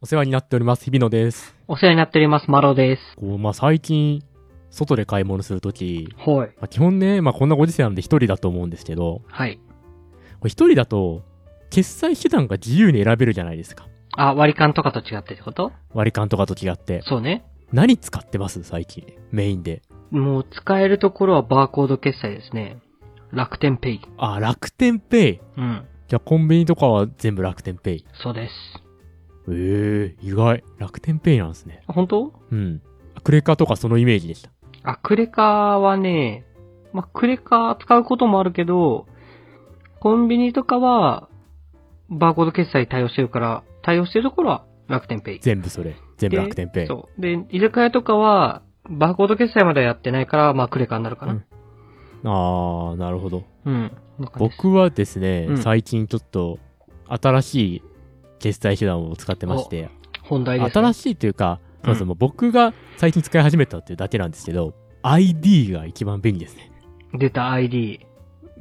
お世話になっております、日比野です。お世話になっております、マロです。こう、まあ、最近、外で買い物するとき、はい。まあ、基本ね、まあ、こんなご時世なんで一人だと思うんですけど、はい。これ一人だと、決済手段が自由に選べるじゃないですか。あ、割り勘とかと違ってってこと割り勘とかと違って。そうね。何使ってます最近。メインで。もう使えるところはバーコード決済ですね。楽天ペイ。あ、楽天ペイ。うん。じゃあ、コンビニとかは全部楽天ペイ。そうです。ええ意外。楽天ペイなんですね。あ本当うん。クレカとかそのイメージでした。あ、クレカはね、まあ、クレカ使うこともあるけど、コンビニとかは、バーコード決済対応してるから、対応してるところは楽天ペイ。全部それ。全部楽天ペイ。そう。で、居酒屋とかは、バーコード決済まではやってないから、まあ、クレカになるかな。あー、なるほど。うん。こんな感じです僕はですね、うん最近ちょっと、新しい決済手段を使ってまして、本題ですね、新しいというか、うんそもそも僕が最近使い始めたっていうだけなんですけど、ID が一番便利ですね。出た ID。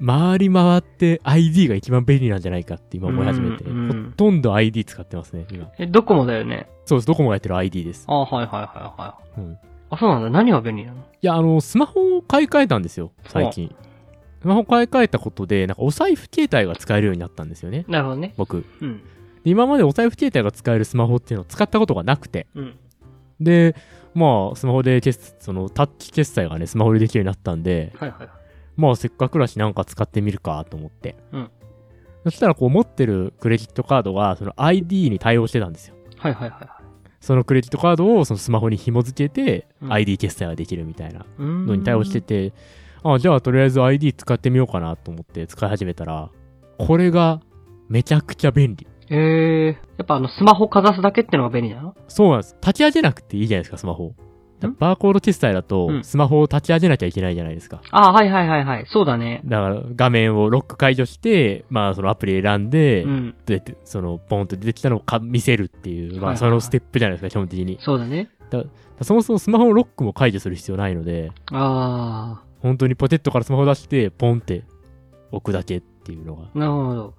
回り回って ID が一番便利なんじゃないかって今思い始めて、うんうんほとんど ID 使ってますね、今。え、ドコモだよね。そうです、ドコモがやってる ID です。あはいはいはいはい。うん、あ、そうなんだ。何が便利なのいや、あの、スマホを買い替えたんですよ、最近。スマホ買い替えたことで、なんかお財布携帯が使えるようになったんですよね、なるほどね。僕。うん。で今までお財布携帯が使えるスマホっていうのを使ったことがなくて。うん。で、まあ、スマホで決、そのタッチ決済がね、スマホでできるようになったんで、はいはいはい。まあ、せっかくだしなんか使ってみるかと思って。うんそしたら、こう、持ってるクレジットカードが、その ID に対応してたんですよ。はいはいはいはい。そのクレジットカードをそのスマホに紐付けて、うん ID 決済ができるみたいなうーんのに対応して。て、あじゃあ、とりあえず ID 使ってみようかなと思って使い始めたら、これがめちゃくちゃ便利。えー、やっぱあの、スマホかざすだけってのが便利なのそうなんです。立ち上げなくていいじゃないですか、スマホ。だからバーコード決済だうと、んスマホを立ち上げなきゃいけないじゃないですか。あはいはいはいはい。そうだね。だから、画面をロック解除して、まあ、そのアプリ選んで、うん。出てその、ポンと出てきたのをか見せるっていう、まはいはいはあ、いそのステップじゃないですか、基本的に。そうだね。そもそもスマホのロックも解除する必要ないので、あ本当にポテットからスマホ出して、ポンって置くだけっていうのが、ー、なるほど。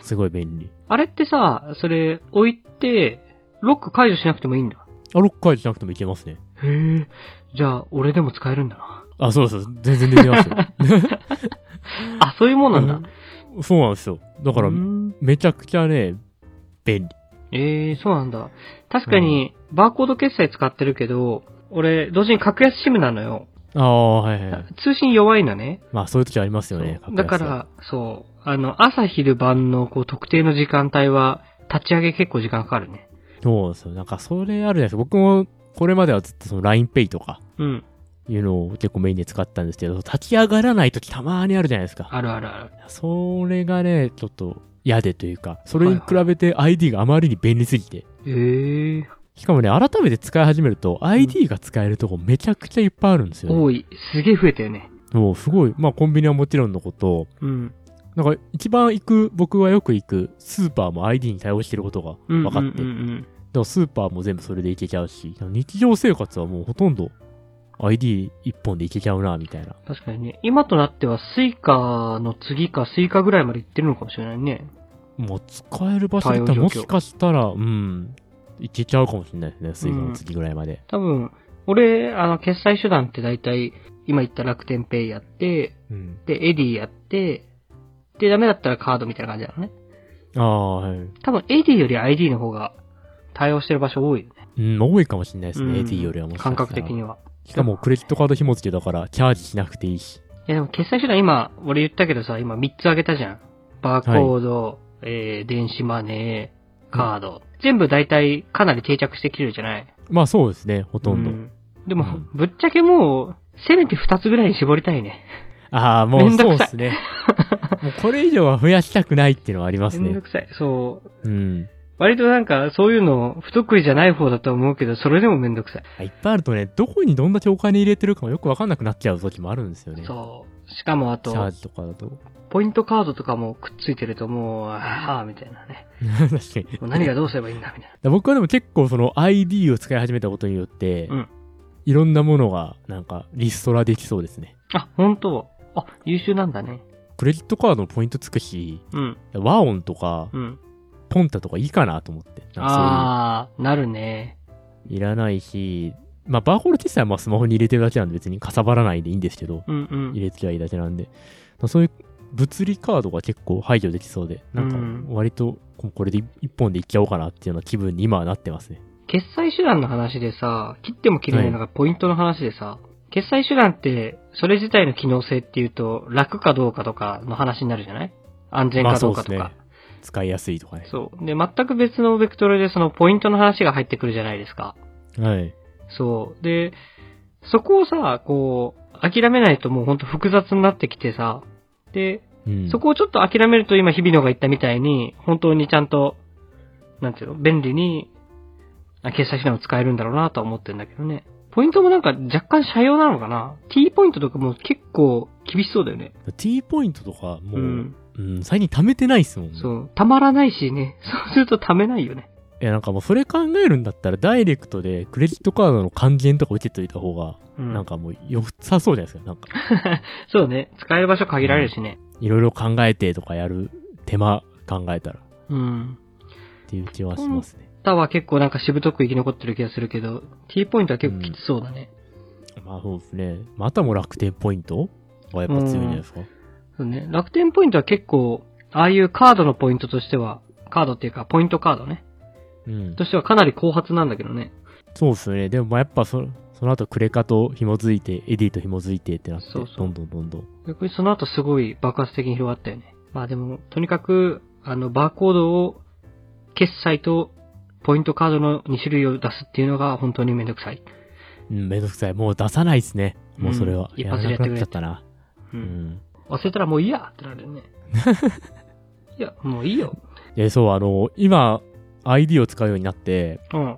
すごい便利。あれってさ、それ、置いて、ロック解除しなくてもいいんだ。あ、ロック解除しなくてもいけますね。へえ。じゃあ、俺でも使えるんだな。あ、そうそう、全然でき ますよ。あ、そういうもんなんだ。うんそうなんですよ。だからう、んめちゃくちゃね、便利。ええー、そうなんだ。確かに、バーコード決済使ってるけど、俺、同時に格安 SIM なのよ。ああ、はいはいはい。通信弱いのね。まあ、そういう時ありますよね。そう格だ安かは、ら、そう。あの、朝昼晩の、こう、特定の時間帯は、立ち上げ結構時間かかるね。そうですよ。なんか、それあるじゃないですか。僕も、これまではずっとその LINEPay とか、うん。いうのを結構メインで使ったんですけど、立ち上がらない時たまーにあるじゃないですか。あるあるある。それがね、ちょっと嫌でというか、それに比べて ID があまりに便利すぎて。ええしかもね、改めて使い始めると、ID が使えるとこめちゃくちゃいっぱいあるんですー、よ、ね。多い。すげえ増えたよね。もうすごい、まあコンビニはもちろんのこと、うん。なんか一番行く、僕がよく行くスーパーも ID に対応してることがうん。分かって、うんうんうんでもスーパーも全部それでいけちゃうし、日常生活はもうほとんど ID 一本でいけちゃうな、みたいな。確かにね。今となっては、スイカの次かスイカぐらいまで行ってるのかもしれないね。もう使える場所だった対ら応も状況しかしたら、うん、いけちゃうかもしれないですね、水分の次ぐらいまで。多分、俺、あの、決済手段って大体、今言った楽天ペイやって、うん。で、エディやって、で、ダメだったらカードみたいな感じなのね。ああ、はい。う多分、エディより ID の方が対応してる場所多いよね。ん、多いかもしれないですね、うん AD よりはもしかしたら。感覚的には。しかもクレジットカード紐付けだから、チャージしなくていいし。いや、でも決済手段今、俺言ったけどさ、今3つ挙げたじゃん。バーコード、えー、電子マネー、カード。全部大体かなり定着してきてるじゃないまあそうですね、ほとんど。うんでも、うんぶっちゃけもう、せめて2つぐらいに絞りたいね。ああ、もめうんどそうくさでいすね。もうこれ以上は増やしたくないっていうのはありますめんどね。くさい。そう。うん。割となんか、そういうの、不得意じゃない方だと思うけど、それでもめんどくさい。いっぱいあるとね、どこにどんだけお金入れてるかもよくわかんなくなっちゃう時もあるんですよね。そう。しかもあチャーと、ジとかだと。 ポイントカードとかもくっついてるともう、ああ、みたいな ね。確かに。もう何がどうすればいいんだ、みたいな。だ僕はでも結構その ID を使い始めたことによって、うんいろんなものがなんかリストラできそうですね。あ、本当あ、優秀なんだね。クレジットカードのポイントつくし、うん、ワオンとか、うん。ポンタとかいいかなと思って。なんかああ、なるね。そういう、いらないし、まあ、バーコード決済はまあスマホに入れてるだけなんで別にかさばらないでいいんですけど、うんうん。入れちゃいいだけなんで、まあそういう物理カードが結構排除できそうで、なうんんか割とここれで一本でいっちゃおうかなっていうような気分に今はなってますね。決済手段の話でさ、切っても切れないのがポイントの話でさ、決済手段って、それ自体の機能性っていうと、楽かどうかとかの話になるじゃない安全かどうかとか。まあそう使いやすいとかね。そう。で、全く別のベクトルでそのポイントの話が入ってくるじゃないですか。はい。そう。で、そこをさ、こう、諦めないともうほんと複雑になってきてさ、で、うん。そこをちょっと諦めると今日比野が言ったみたいに、本当にちゃんと、なんていうの、便利に、あ決済手段を使えるんだろうなとは思ってるんだけどね。ポイントもなんか若干社用なのかな ?T ポイントとかも結構厳しそうだよね。 T ポイントとかもうう、ん。うん、最近貯めてないっすもんね。そう。たまらないしね。 そうすると貯めないよね。いや、なんかもうそれ考えるんだったら、ダイレクトでクレジットカードの還元とか受けといた方が、うん。なんかもう良さそうじゃないですか。なんか、そうね。使える場所限られるしね。いろいろ考えてとかやる手間考えたら、っうん。ていう気はしますね。タは結構なんかしぶとく生き残ってる気がするけど、T ポイントは結構きつそうだね。まあそうですね。またも楽天ポイントはやっぱ強いんじゃないですか。そうね。楽天ポイントは結構、ああいうカードのポイントとしては、カードっていうか、ポイントカードね。うんと。してはかなり後発なんだけどね。そうですね。でもまあやっぱそその後クレカと紐づいて、エディと紐づいてってなって、そうそうどんどんどんどん。逆にその後すごい爆発的に広がったよね。まあでも、とにかく、あの、バーコードを、決済と、ポイントカードの2種類を出すっていうのが本当にめんどくさい。うん、めんどくさい。もう出さないですね。もうそれは。うんやらなくなっちゃったな。う。うんん。忘れたらもういいやってなる よね。いや、もういいよ。え、そう、あの、今、ID を使うようになって、うん。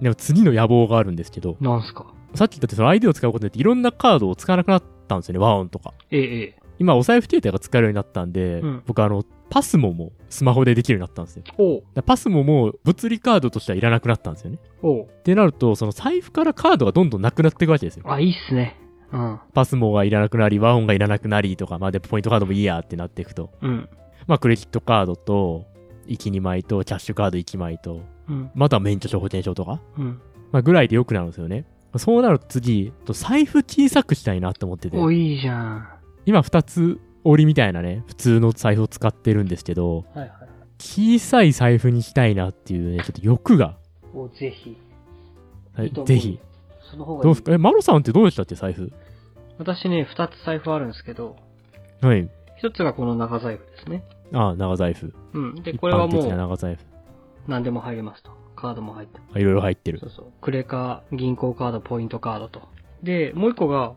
でも次の野望があるんですけど、なんすか。さっき言ったってその ID を使うことによっていろんなカードを使わなくなったんですよね、和音とか。ええ、ええ。今、お財布携帯が使えるようになったんで、うん僕あの、パスモもスマホでできるようになったんですよ。だかおう。らパスモも物理カードとしてはいらなくなったんですよね。おう。ってなると、その財布からカードがどんどんなくなっていくわけですよ。あ、いいっすね。うん。パスモがいらなくなり、和音がいらなくなりとか、まあで、ポイントカードもいいやってなっていくと。うん。まあ、クレジットカードと、1、2枚と、キャッシュカード1枚と、うん。また免許証、保険証とか、うん。まあ、ぐらいで良くなるんですよね。そうなると次、と財布小さくしたいなと思ってて。お、いいじゃん。は今2つ折りみたいなね、普通の財布を使ってるんですけど、いはい。小さい財布にしたいなっていうね、ちょっと欲が、お、ぜひ。はいいいと思うぜひ。。その方がいい。どうですかえ、マロさんってどうでしたって財布私ね、二つ財布あるんですけど、はい。一つがこの長財布ですね。ああ、長財布。うん。で、一これは般も的なう、長財布。何でも入りますと。カードも入って。あいろいろ入ってるそ。うそう。クレカ、銀行カード、ポイントカードと。で、もう一個が、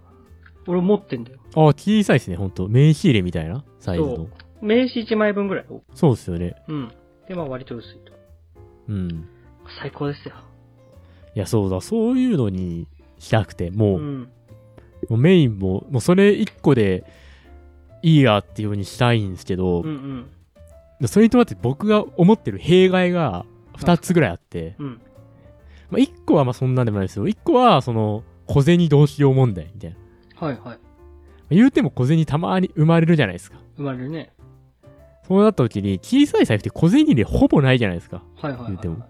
俺持ってんだよ。ああ、小さいですね、ほんと。名刺入れみたいなサイズその。名刺一枚分ぐらい。そうですよね。うん。で、まあ割と薄いと。うん。最高ですよ。いや、そうだ、そういうのにしたくて、うもう、ん。もうメインも、もうそれ1個でいいやっていうようにしたいんですけど、うんうん。でそれに伴って僕が思ってる弊害が2つぐらいあって、うん。まあ、1個はまあそんなんでもないですよ。1個はその小銭どうしよう問題みたいな。まはいはい。あ言うても小銭たまに生まれるじゃないですか。生まれるね。そうなった時に小さい財布って小銭入れほぼないじゃないですか。はいはいはい、はい。言うても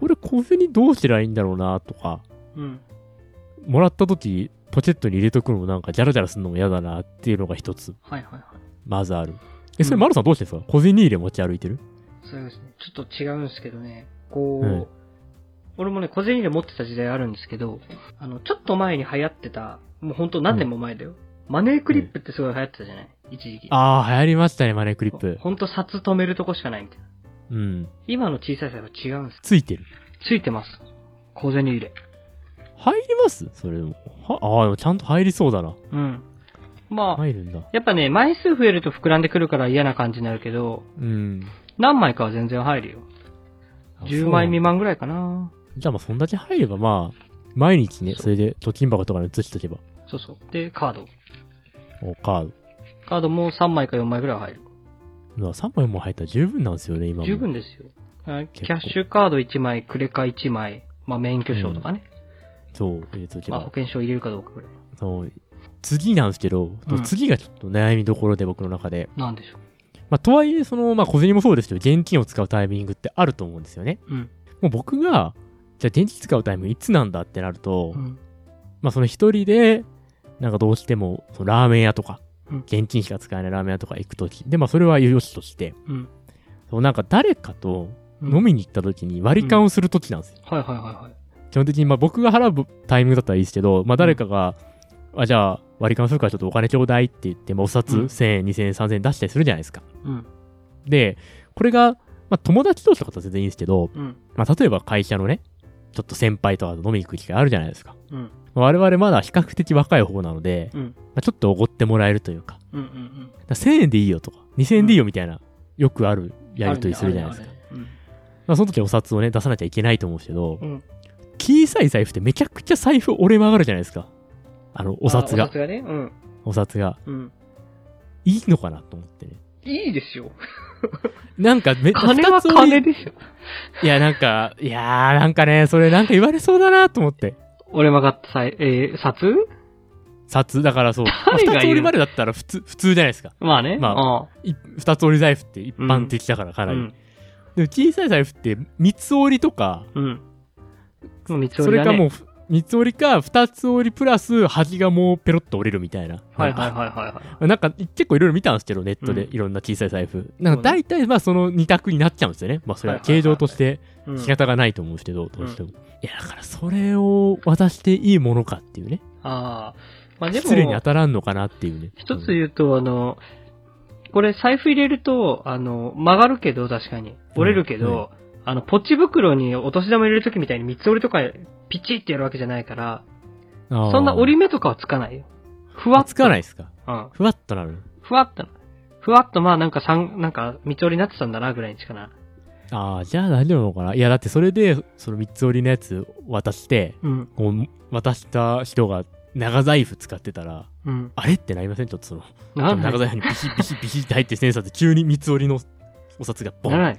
これ小銭どうしたらいいんだろうなとか、うん。もらった時ポケットに入れとくのもなんかジャラジャラするのも嫌だなっていうのが1つ、はいはいはい。まずある。え、それうんマロさんどうしてですか小銭入れ持ち歩いてるそうですね。ちょっと違うんですけどね。こう、うん俺もね、小銭で持ってた時代あるんですけど、あの、ちょっと前に流行ってた、もうほんと何年も前だよ。マネークリップってすごい流行ってたじゃない一時期。ああ、流行りましたね、マネークリップ。ほんと札止めるとこしかないみたいな。うん。今の小さい財布は違うんです。ついてる。ついてます。小銭入れ。入りますそれでも。はああ、でもちゃんと入りそうだな。うん。まあ、入るんだ。やっぱね、枚数増えると膨らんでくるから嫌な感じになるけど、うん。何枚かは全然入るよ。10枚未ま。満ぐらいかな。じゃあまあそんだけ入ればまあ、毎日ね、それで貯金箱とかに移しとけば。そうそう。で、カード。おカーカードも3枚か4枚ぐらいは入る。ド。3枚も入ったら十分なんですよね、今も。十分ですよ。はいキ結構ャッシュカード1枚、クレカ1枚、まあ免許証とかね。そう、入れとけまあば。保険証入れるかどうかぐらい。そう。次なんですけど、うん次がちょっと悩みどころで僕の中で、なんでしょう。まあ、とはいえ、その、まあ、小銭もそうですけど、現金を使うタイミングってあると思うんですよね。うん。もう僕が、じゃあ現金使うタイミングいつなんだってなると、うん。まあ、その一人で、なんかどうしても、そのラーメン屋とかうん、現金しか使えないラーメン屋とか行くとき、で、まあ、それはよしとして、うん。そのなんか誰かとうん飲みに行ったときに割り勘をするときなんですよ。はいはいはいはい。基本的に、まあ、僕が払うタイミングだったらいいですけど、まあ、誰かが、あ、じゃあ、割り勘するからちょっとお金ちょうだいって言って、まあ、お札うん1000円、2000円、3000円出したりするじゃないですか。うん。で、これが、まあ、友達同士とかだと全然いいんですけど、うん。まあ、例えば会社のね、ちょっと先輩とかと飲みに行く機会あるじゃないですか。うん。我々まだ比較的若い方なので、うん。まあ、ちょっとおごってもらえるというか、うん。うん。だから1000円でいいよとか、2000円でいいよみたいな、よくあるやりとりするじゃないですか。か。あるねまあ、その時お札をね、出さなきゃいけないと思うんですけど、あるねうん。うん小さい財布ってめちゃくちゃ財布折れ曲がるじゃないですか。あの、お札あおが札。がね。うん。お札が。うん。いいのかなと思ってね。いいですよ。なんか め、金二はつ折り金ですよ。いや、なんか、いやー、なんかね、それなんか言われそうだなと思って。俺曲がったさい、えー、札札、だからそう。まあ誰二が言うつ折りまでだったら普通、普通じゃないですか。まあね。まああい二つ折り財布って一般的だからかあ。うなり。ん。でも小さい財布って三つ折りとか、うん。もう三つそ折りれだね。かもう、三つ折りか二つ折りプラス端がもうペロッと折れるみたいな。はいはなんいかはいはいはい。なんか結構いろいろ見たんですけど、ネットでうんいろんな小さい財布。なんか大体まあその二択になっちゃうんですよね。まあそれは形状としてうん仕方がないと思うんですけど、どうしても。いや、だからそれを渡していいものかっていうね。ああ。まあでも、失礼に当たらんのかなっていうね。一つ言うと、あの、これ財布入れると、あの、曲がるけど、確かに。折れるけど、あの、ポチ袋にお年玉入れるときみたいに三つ折りとかピチってやるわけじゃないから、うん、そんな折りり目とかはつかないよ。ふわっと。。つかないいですか。うん。ふわっとなる。ふわっと。ふわっと、まあなんか三、なんか三つ折りになってたんだな、ぐらいにしかな。ああ、じゃあ大丈夫なのかないや、だってそれで、その三つ折りのやつ渡して、うん。こう、渡した人が長財布使ってたら、うん。あれってなりませんちょっとその、ならない長財布にビシビシビシって入ってセンサーで急に三つ折りのお札がボンならない。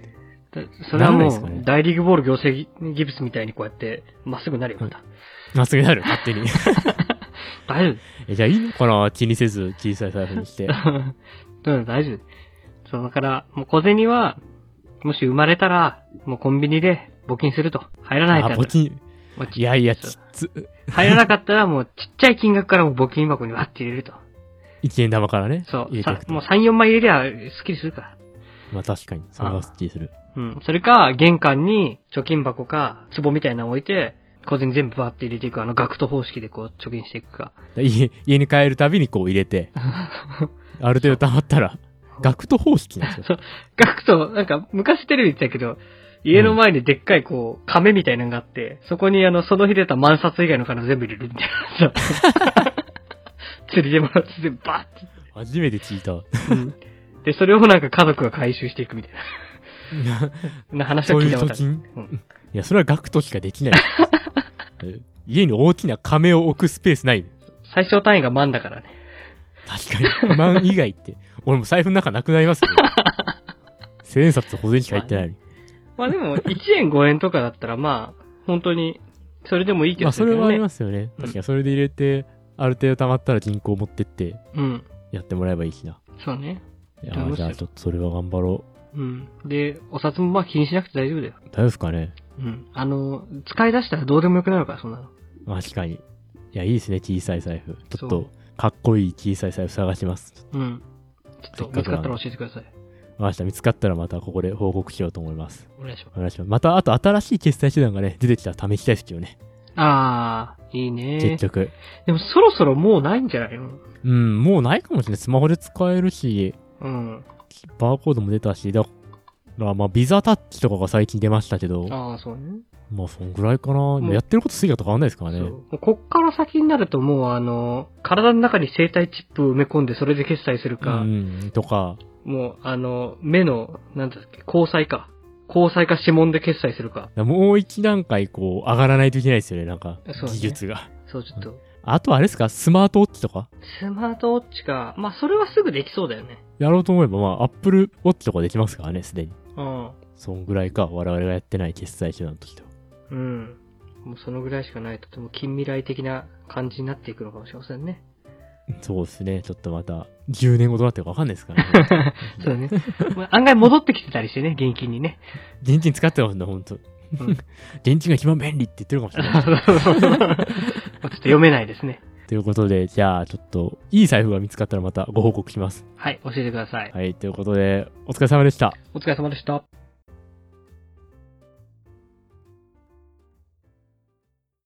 だそれはならないもですかねう、大リーグボール行政ギブスみたいにこうやって、まっすぐなるよ、また。まっすぐになる、勝手 に。大丈夫。えじゃあいいのかな気にせず小さい財布にして。うん、大丈夫。そう、だから、もう小銭は、もし生まれたら、もうコンビニで募金すると。入らなあ、いから。募金。もうちいやいや、そうきつ。入らなかったら、もうちっちゃい金額からもう募金箱にわって入れると。一円玉からね。入そう、れていさくと。もう3、4枚入れりゃ、スッキリするから。まあ確かに。それはスッキリする。うん。それか、玄関に貯金箱か、壺みたいなの置いて、小銭全部バーって入れていく、あの、学徒方式でこう、貯金していくか。家家に帰るたびにこう入れ て、ある程度溜まったら、学徒方式なんですよ。学徒、なんか、昔テレビで言ってたけど、家の前にでっかいこう、亀みたいなのがあって、そこにあの、その日出た万札以外の金全部入れるみたいな。 釣りでもらって全部バーって。初めて聞いた。で、それをなんか家族が回収していくみたいな。な話そをう聞いいうたこと貯ある。金うんいや、それは学徒しかで きない。え家に大きな亀を置くスペースない。最小単位が万だからね。確かに。万以外って。俺もう財布の中なくなります よ。千円札と保全しか入ってないのに。まあでも、1円5円と かだったらまあ、本当に、それでもいい気まがあ、すそるれけはどありね。ますよね。うん確かに、それで入れて、ある程度溜まったら銀行持ってって、うん。やってもらえばいいしな。そうね。いやどうしよーうじゃあ、ちょっとそれは頑張ろう。うん。で、お札もまあ気にしなくて大丈夫だよ。大丈夫ですかねうん。あの、使い出したらどうでもよくなるから、そんなの。確かに。いや、いいですね、小さい財布。ちょっそとう、かっこいい小さい財布探します。うん。ちょっと見つかったら教えてください。明日見つかったらまたここで報告しようと思います。お願いします。お願いします。また、あと新しい決済手段がね、出てきたら試したいですよね。あー、いいね結。局。でもそろそろもうないんじゃないのうん、もうないかもしれない。スマホで使えるし、うん。バーコードも出たし、だからまあ、ビザタッチとかが最近出ましたけど、あー、そうね。まあ、そんぐらいかな。んやってることすぎと変わんないですからそう。ね。もうこっから先になるともうあの、体の中に生体チップを埋め込んでそれで決済するうか、ん、とか、もうあの、目の、なんだっけ、交際か。交際か指紋で決済するか。もう一段階こう、上がらないといけないですよね、なんかそうだ、ね技術が。そう、ちょっと。あとあれですか、スマートウォッチとかスマートウォッチか。まあ、それはすぐできそうだよね。やろうと思えば、まあ、アップルウォッチとかできますからね、すでに。うん。そんぐらいか、我々がやってない決済手段としては。うん。もうそのぐらいしかないと、とても近未来的な感じになっていくのかもしれませんね。そうですね。ちょっとまた、10年後どうなってるかわかんないですからね。 そうだね。まあ案外戻ってきてたりしてね、現金に ね。現金使ってますんだ、ほんと。うん 現金が一番便利って言ってるかもしちょれっない。 と読めないですね。ということで、じゃあ、ちょっと、いい財布が見つかったらまたご報告します。はい、教えてください。はい、ということで、お疲れ様でした。お疲れ様でした。